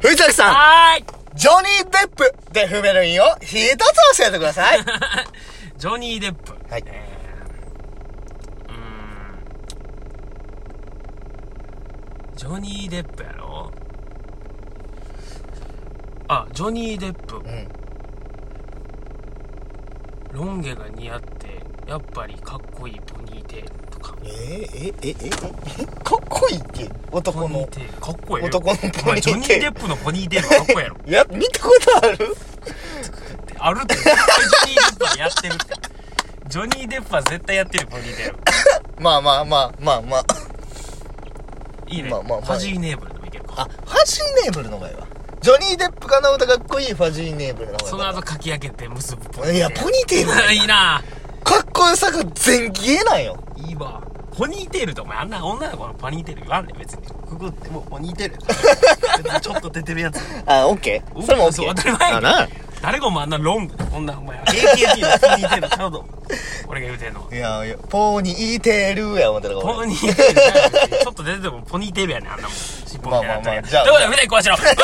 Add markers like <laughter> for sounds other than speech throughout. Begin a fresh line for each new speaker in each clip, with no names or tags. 藤崎さん、
はーい
ジョニー・デップで譜メロインを一つ教えてくだ
<laughs>
さい。
ジョニー・デップ。
はい。
うーん。ジョニー・デップやろあ、ジョニー・デップ。
ん
ロン毛が似合って、やっぱりかっこいいポニーテールとか。
えー、え、え、え、え、えかっこいいって、
ポ
男
ニー
の。
テール。かっこええよ。
男のポニーテール
お前ジョニー・デップのポニーテールかっこええやろ。
いや、見たことある
ってあるって。絶対ジョニー・デップはやってるって。ジョニー・デップは絶対やってるポニーテール。
まあまあまあまあまあ。
いいね。
まあまあまあ
ファジーネーブルでもいけるか。
あ、ファジーネーブルの場合は。ジョニー・デップがな歌かっこいいファジーネーブルの場合は。
その後かき上げて結ぶポ
いや、ポニーテールだよ
<laughs> いいな
かっこよさが全消えないよ。
いいわポニーテールってお前あんな女の子のポニーテール言わんねん別 <laughs> にくぐってもうポニーテール別にちょっと出てるやつ
あ、オッケーそれもオッケ
そう
ー。
当たり前や
あ
んけ
な。
誰がお前あんなロングこんなお前 AKB のポニーテールちゃうぞ俺が言うてんのはい
やいや、ポーニーテールや思ってたから
ポ
俺。
ニーテールちゃうよ別にちょっと出ててもポニーテールやねんあんなもん尻尾みたいになった
まあまあ
や
まあ
つ
じゃあ
ということで船壊しろ壊しない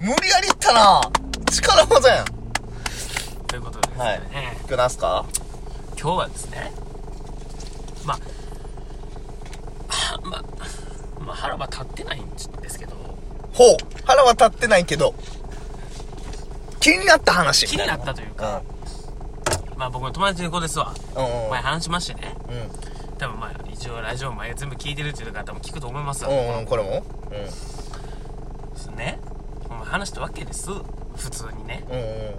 無理やりいったな力技やん。
ということでですね、
はい今日なんすか
今日はですねまあまあ、まあ、腹は立ってないんですけど
ほう。腹は立ってないけど、気になった話。
気になったという
うん
か、。まあ僕の友達の子ですわ
うんうん
前話しましてね
うん。
多分まあ一応ラジオ前全部聞いてるっていう方も聞くと思いますわ
うんうん、
こ
これも
のですねお前話したわけです普通にね
うん。うんうん。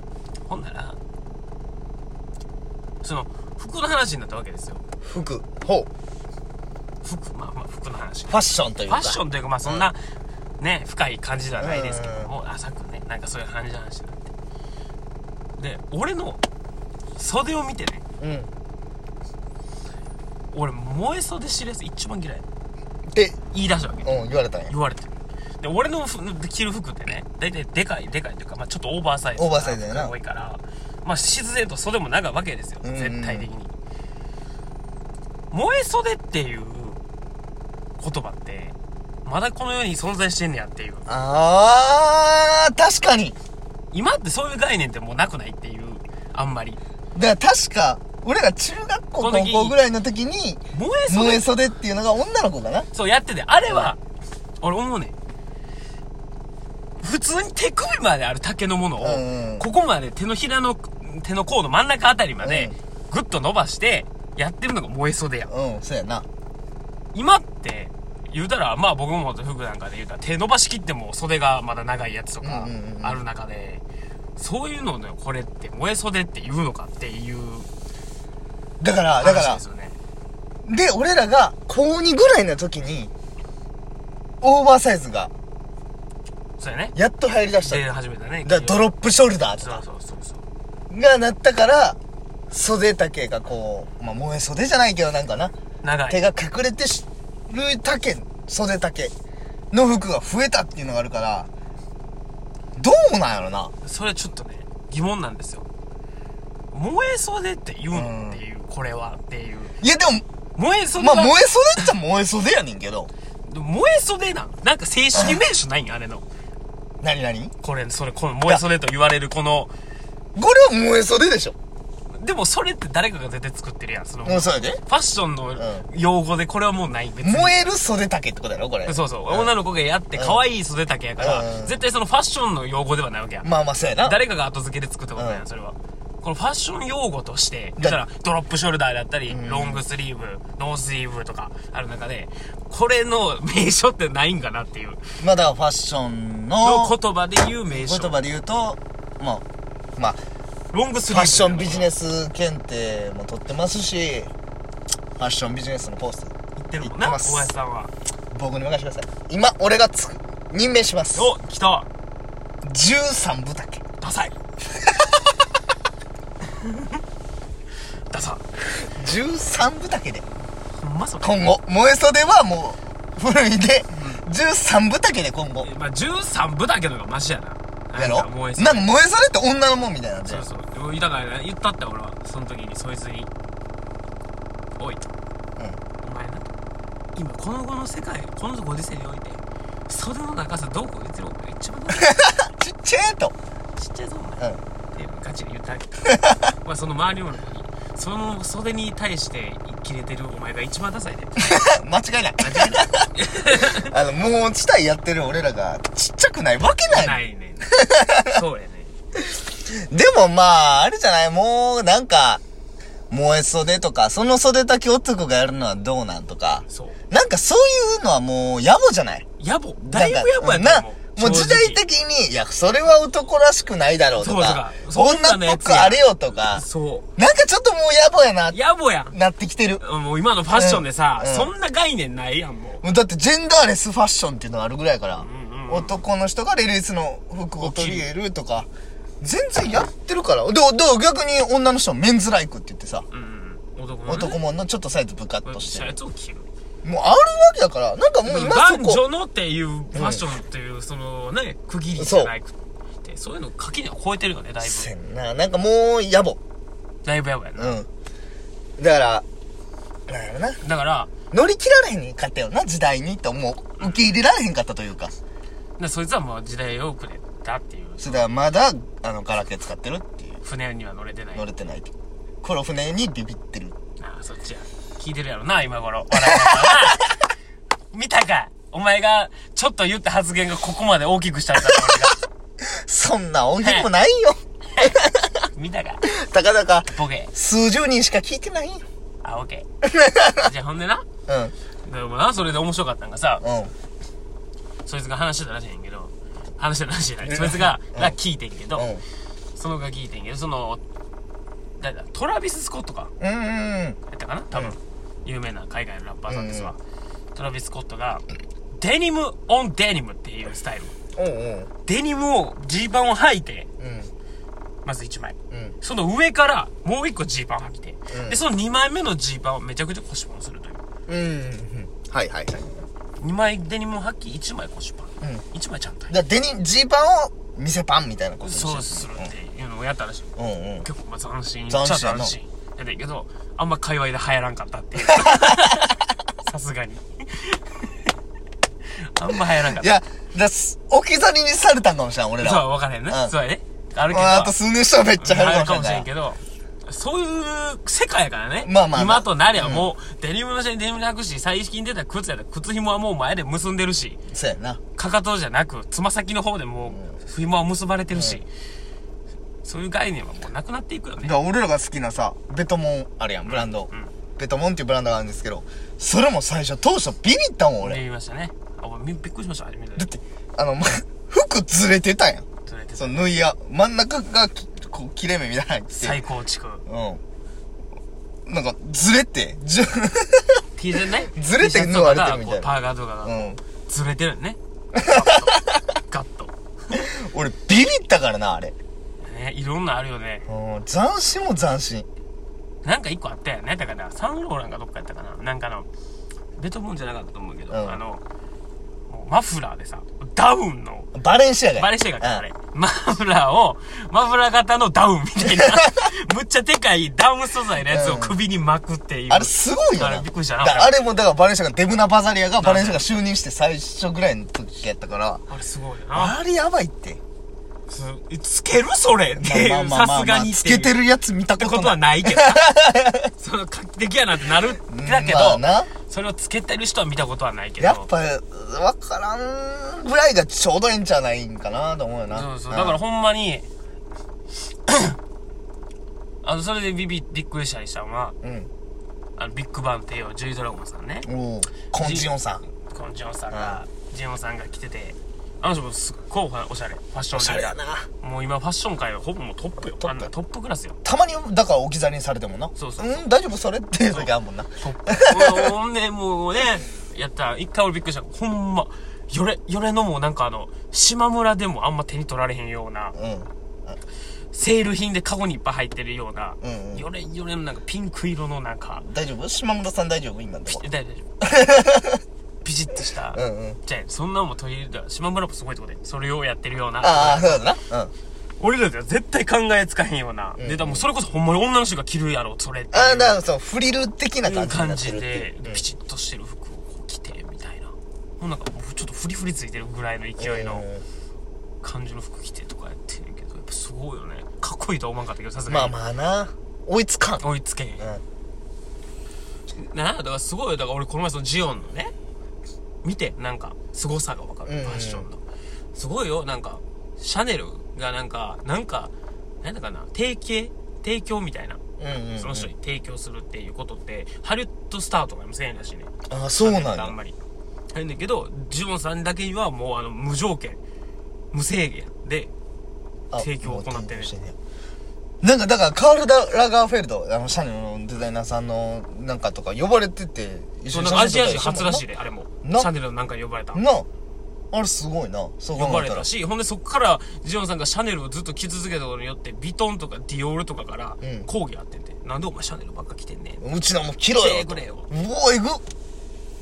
ほんならその服の話になったわけですよ
服。ほう。
服まあまあ服の話
ファッションという
フ
か。
ァッショ
ン
ンというかまあそんな、ね深い感じではないですけども、浅くねなんかそういう感じの話になってで俺の袖を見てね
うん。
俺燃え袖知るやつ一番嫌い
って、
言い出したわけ
うん、言われたんや。
言われてるで俺のふ着る服ってね大体でかいでかいというか、まあ、ちょっとオーバーサイズ
オーバーサイズやな
が多いからまあ自然と袖も長いわけですよ
うんうん
絶対的に燃え袖っていう言葉ってまだこの世に存在してんねやっていう
あー、確かに。
今ってそういう概念ってもうなくないっていうあんまり
だから確か、俺ら中学校、
この
高
時
校ぐらいの時に、
燃え袖
萌え袖っていうのが女の子だな。
そうやっててあれは、俺思うねん普通に手首まである竹のものを、
うんうん
ここまで手のひらの手の甲の真ん中あたりまでぐっと伸ばしてやってるのが燃え袖やん
うん、そうやな。
今って言うたらまあ僕も服なんかで言うたら手伸ばしきっても袖がまだ長いやつとか
うんうんうん
ある中で、そういうのねこれって燃え袖って言うのかっていう
だから、だか
話
ら
で、すよね
で、俺らが高2ぐらいの時に、オーバーサイズが、
そうやね
やっと入り出した。
で
だか
始めたね
らドロップショルダーと
そう
か
そうそうそう
がなったから、袖丈がこう、まあ、萌え袖じゃないけどなんかな、
長い
手が隠れてしる丈、袖丈の服が増えたっていうのがあるから、どうなんやろな。
それちょっとね疑問なんですよ燃え袖って言うのっていう、これはっていう
いやでも、
燃え袖
ま
は、
あ、萌え袖っちゃ萌え袖やねんけど。
でも燃え袖なんなんか正式名称ないんあれの
なになに
これそれこの燃え袖と言われるこの
これは萌え袖でしょ。
でもそれって誰かが絶対作ってるやんその、
うん、
フ
そうやで。
ァッションの
う
用語でこれはもうない別に
燃える袖丈ってことやろこれ。
そうそう、
ん
女の子がやって可愛い袖丈やから、
うん
絶対そのファッションの用語ではないわけや、
まあまあ、そうやな。
誰かが後付けで作ったことや
うん
んそれはこのファッション用語として
だ
だからドロップショルダーだったり、ロングスリーブノースリーブとかある中でこれの名称ってないんかなっていう
まだファッションの
の
言
言葉で言う名称
葉で言うと、まあ、まあ、
ロング
フ
スリーブ
ァッションビジネ
ス
ス検定も取ってますし、ファッションビジネスのポスト、
言ってるもん
言って
な
ま
大
す
橋さんは
僕に任せてください。今、俺がつく、任命します。
お来た
13部丈。<laughs>
ダサいダサ
13部丈で。
ほんまそれ
今後、萌え袖はもう、古いで、13部丈で今後。
まあ、13部だけどがマシやな
やろ
なんかもう
なんか萌え袖って女のもんみたいなんで
そう。そうでもだからね言ったって俺はその時にそいつに「おい」と「お前な」と「今この後の世界このご時世において袖の長さどうこう言ってる言
ちっちゃいと。 <laughs>
ちっちゃいぞお前
うん。
ってガチで言って <laughs> あげてまあその周りの子にその袖に対してキレてるお前が一番ダサいね
間違いない。あの、もう地帯やってる俺らが、ちっちゃくないわけないもん。
ないねんそうやね
でもまあ、あれじゃないもう、なんか、燃え袖とか、その袖丈男がやるのはどうなんとか。
そう
なんかそういうのはもう、野暮じゃない
野暮だいぶ野暮
なん
やった
かう
よ
んなもう
正直
時代的に、いや、それは男らしくないだろうとか、
そうとかそんなの
女
や
っぽ
つや
くあれよとか、
そ
なんかちょっともう野暮やな
う、野暮やん
なってきてる。
うんもう今のファッションでさ、
うん
そんな概念ないやんも
もうだってジェンダーレスファッションっていうのがあるぐらいやから、
んうんうん
男の人がレディースの服を取り入れるとか、全然やってるから。で、で逆に女の人はメンズライクって言ってさ、
う、うん、男も、ね、
男ものちょっとサイズブカッ
うん
とし
してたや
る。
つを着る
もうあるわけだから、なんかもう今そ
男
こ、
女のっていうファッションっていう、そのね区切りじゃないくてそういうの垣根を超えてるよねだいぶ
せんな、なんかもう野暮。
だいぶやばいな、
うん。だから、なんやろな。
だから
乗り切られへんかったよな、時代にって思う。受け入れられへんかったというか。
でそいつはもう時代遅れだっていう
それはまだ、あの、ガラケー使ってるっていう。
船には乗れてない
乗れてないって。黒船にビビってる。
ああそっちや聞いてるやろな今頃笑いながら
<laughs>
な見たかお前がちょっと言った発言がここまで大きくしたんだ
そんな大喜利もないよ。
俺が見たか
たかだか、
ボケ
数十人しか聞いてないよ。
あオッケ
<laughs>
ーじゃあほんでな
うん。
でもなそれで面白かったんがさ
う
そいつが話してたらしいんやけど話してたらしいなそいつがが聞いてんけど、
ん。うん。
そのが聞いてんけどその誰だトラビス・スコットか
うんうん。
やったかな多分、
うん
有名な海外のラッパーさんですわ、トラビス・スコットがデニム・オン・デニムっていうスタイル
おうおう。
デニムをジーパンを履いて
うん。
まず1枚
うん。
その上からもう1個ジーパンを履いて、
うん
でその2枚目のジーパンをめちゃくちゃ腰パンするという
うん。はいはいはい。
2枚デニムを履き1枚腰パン、
うん
1枚ちゃんと履いて
だからデニ、ジーパンを見せパンみたいなことにして
そうするっていうのをやったらしい、
うんうん。
結構まあ斬新
斬新
ちゃ
やな
斬新やねんけどあんま界隈で流行らんかったっていう
<laughs>
さすがにあんま流行らんかっ
い
た
や、だす置き去りにされたんかもしれん、俺ら
そう
は。
分からへんね、
うん
そうやねあるけど
まあ、あと数年したらめっちゃ流
あ
行
る
るか
か
も
も
し
し
れ
れ
ん
ん
け
け
ど。
どそういう世界やからね、
まあまあまあ
今となりゃもう、デニムの下にデニム履くし最近出た靴やったら靴紐はもう前で結んでるし
そうやな。
かかとじゃなくつま先の方でもう紐は結ばれてるし、そういう概念はもうなくなっていくよ
だ
ね
から俺らが好きなさ、ベトモンあるやん、ブランド。
うん
ベトモンっていうブランドがあるんですけど、それも最初、当初ビビったもん、俺。
言いましたねあびびっくりしました初めて
だって、あの、ま、服ずれてたやん。
連れて
その縫いや、真ん中がき、こう、切れ目みたいなの入って。
再
<laughs>
構築
うん。なんか、ずれ
<laughs>
て、じゅ、
T シャツね
ずれてんのはあれてるみたいな
T シャツとかがこうパーカーとか
う
が
ん。
ずれてる
<laughs>
よねガッと
俺、ビビったからな、あれ。
ねいろんなあるよね
うん。斬新も斬新。
なんか一個あったよねだからサンローランかどっかやったかななんかのベトモンじゃなかったと思うけど、
うん
あのもうマフラーでさダウンの
バレンシアガや
バレシェガかあれ
うん。
マフラーを、マフラー型のダウンみたいな、
<laughs>
むっちゃでかいダウン素材のやつを首に巻くっていう。
あれすごいよ
あれ
な。
びっくりしたな。
だからあれも、だからバレンシアガ、デブナ・バザリアがバレンシアガ就任して最初ぐらいの時やったから、
あれすごいよな。
あれやばいって。
つつけるそれっていう、 <laughs> さすがにっ
つ
ていう。
けて
っ
るやつ見た
て
こ
こととは
ない。
ないけど。 <laughs> その画期的やなってなるんだけ
まあ
ど、
な。
それをつけてる人は見たことはないけど。
やっぱ、わからんぐらいがちょうどいいんじゃないんかなと思うよな。
そうそう。だから
ん、
ほんまに、 <coughs> あの、それでビビ、びっくりしたりしたのは、
うん。
あの、ビッグバン帝王、ジュイドラゴンさんね。
おうコンジヨンさん。
このジョンさんが、ジョンさんが来ててあの人もすっごいおしゃれファッション
おしゃれだな。
もう今ファッション界はほぼもうトップよ
トップ
あんなトップクラスよ
たまに、だから置き去りにされてもな。
そうそう
うん、大丈夫それっていう時あるもんな。
トップほんでもうねやったら一回俺びっくりしたほんまよれよれのもうなんかあの島村でもあんま手に取られへんような
うん。
セール品でカゴにいっぱい入ってるような、
うんうん
よれよれのなんかピンク色のなんか
大丈夫島村さん大丈夫今のとこ
え大丈夫
<laughs>
ピチッとした、
うんうん。
じゃあそんなのも取り入れたら島村もすごいとこでそれをやってるような
ああ、そうだな。うん。
俺らでは絶対考えつかへんような。で、だからもうそれこそほんまに女の人が着るやろ、それっていう。
ああ、だからそう、フリル的な
い
感
う
じにな
感
って
じ
るっていう
で。、ピチッとしてる服をこう着て、みたいな。もうなんか、ちょっとフリフリついてるぐらいの勢いの
うん
感じの服着てとかやってんねんけどやっぱすごいよねかっこいいとは思わんかったけどさすがに
まあまあな追いつかん
追いつけへん、
う
なんやだからすごいよだから俺この前そのジオンのね見てなんか凄さが分かる、
うんうん
ファッションのすごいよなんかシャネルがなんかなんかなんだかな提携提供みたいな、
んうんうん
その人に提供するっていうことってハリウッドスターとかにもせえへんらしいね
あそうなん
あ
や
んまりあれねんけどジオンさんだけにはもうあの無条件無制限で
あ
提供を行って
もう提
る
供してんねやなんかだからカール・ダラガーフェルドあのシャネルのデザイナーさんのなんかとか呼ばれてて一
そ
緒
う
に
なん
写
かア
真
ジ
撮
ア
った
人
りしてんもんな
初らしいであれもシ
な
ャネルのなんかに呼ばれた
なああれすごいなそう
呼
考
ば
え
れ
たら
たし、ほんでそこから、ジオンさんがシャネルをずっと着続けたことによって、ビトンとかディオールとかから
うん
抗議あってて、なんでお前シャネルばっか着てんねん。
うちのも切ろよ
着てくれよ
うおえぐ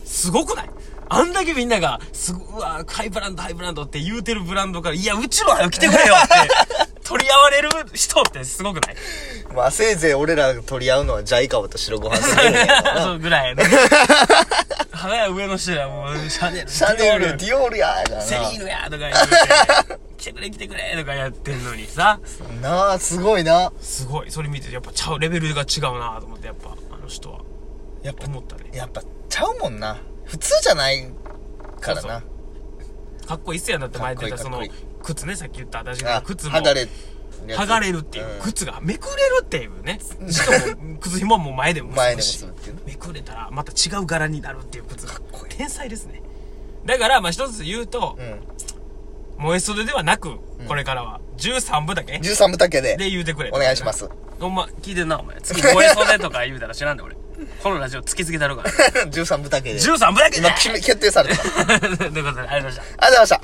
すごくないあんだけみんなが、すご、うわハイブランド、ハイブランドって言うてるブランドから、いや、うちのはよ着てくれよ
<laughs>
って、取り合われる人ってすごくない
まあせいぜい俺らが取り合うのはジャイカブと白ご飯するぐらいやからな
<laughs> そうぐらいの。花屋上の人らもう、シャネル、
<laughs> シャネル
ディオー
ディオールやーだ
セリーヌやとか言って、来てくれ来てくれとかやってんのにさ。
ななあすごいな
すごいそれ見てやっぱちゃうレベルが違うなと思ってやっぱあの人は
やっぱ
思ったね
やっぱちゃうもんな普通じゃないからな
かっこいいっすやんだって前出
か
たそ
っこ
の
いいかっ
靴ねさっき言った私
あ
が靴も
剥がれるやつ
剥がれるっていう、
ん
靴がめくれるっていうねしかも靴紐も前でも
前でも
結
するっ
ぶし
ていうね
めくれたらまた違う柄になるっていう靴が
こいい
天才ですねだからまあ一つ言うと、
うん
燃え袖ではなくこれからは13部だけ
13分だけで
で言うてくれ
お願いし
<laughs>
ます
ほんま聞いてんなお前次燃え袖とか言うたら知らんで俺このラジオ突きつけたるから
13分だけで
13部だけだ
今決め決定されたありがとう
<laughs> ということで、ありがとうございました。
ございました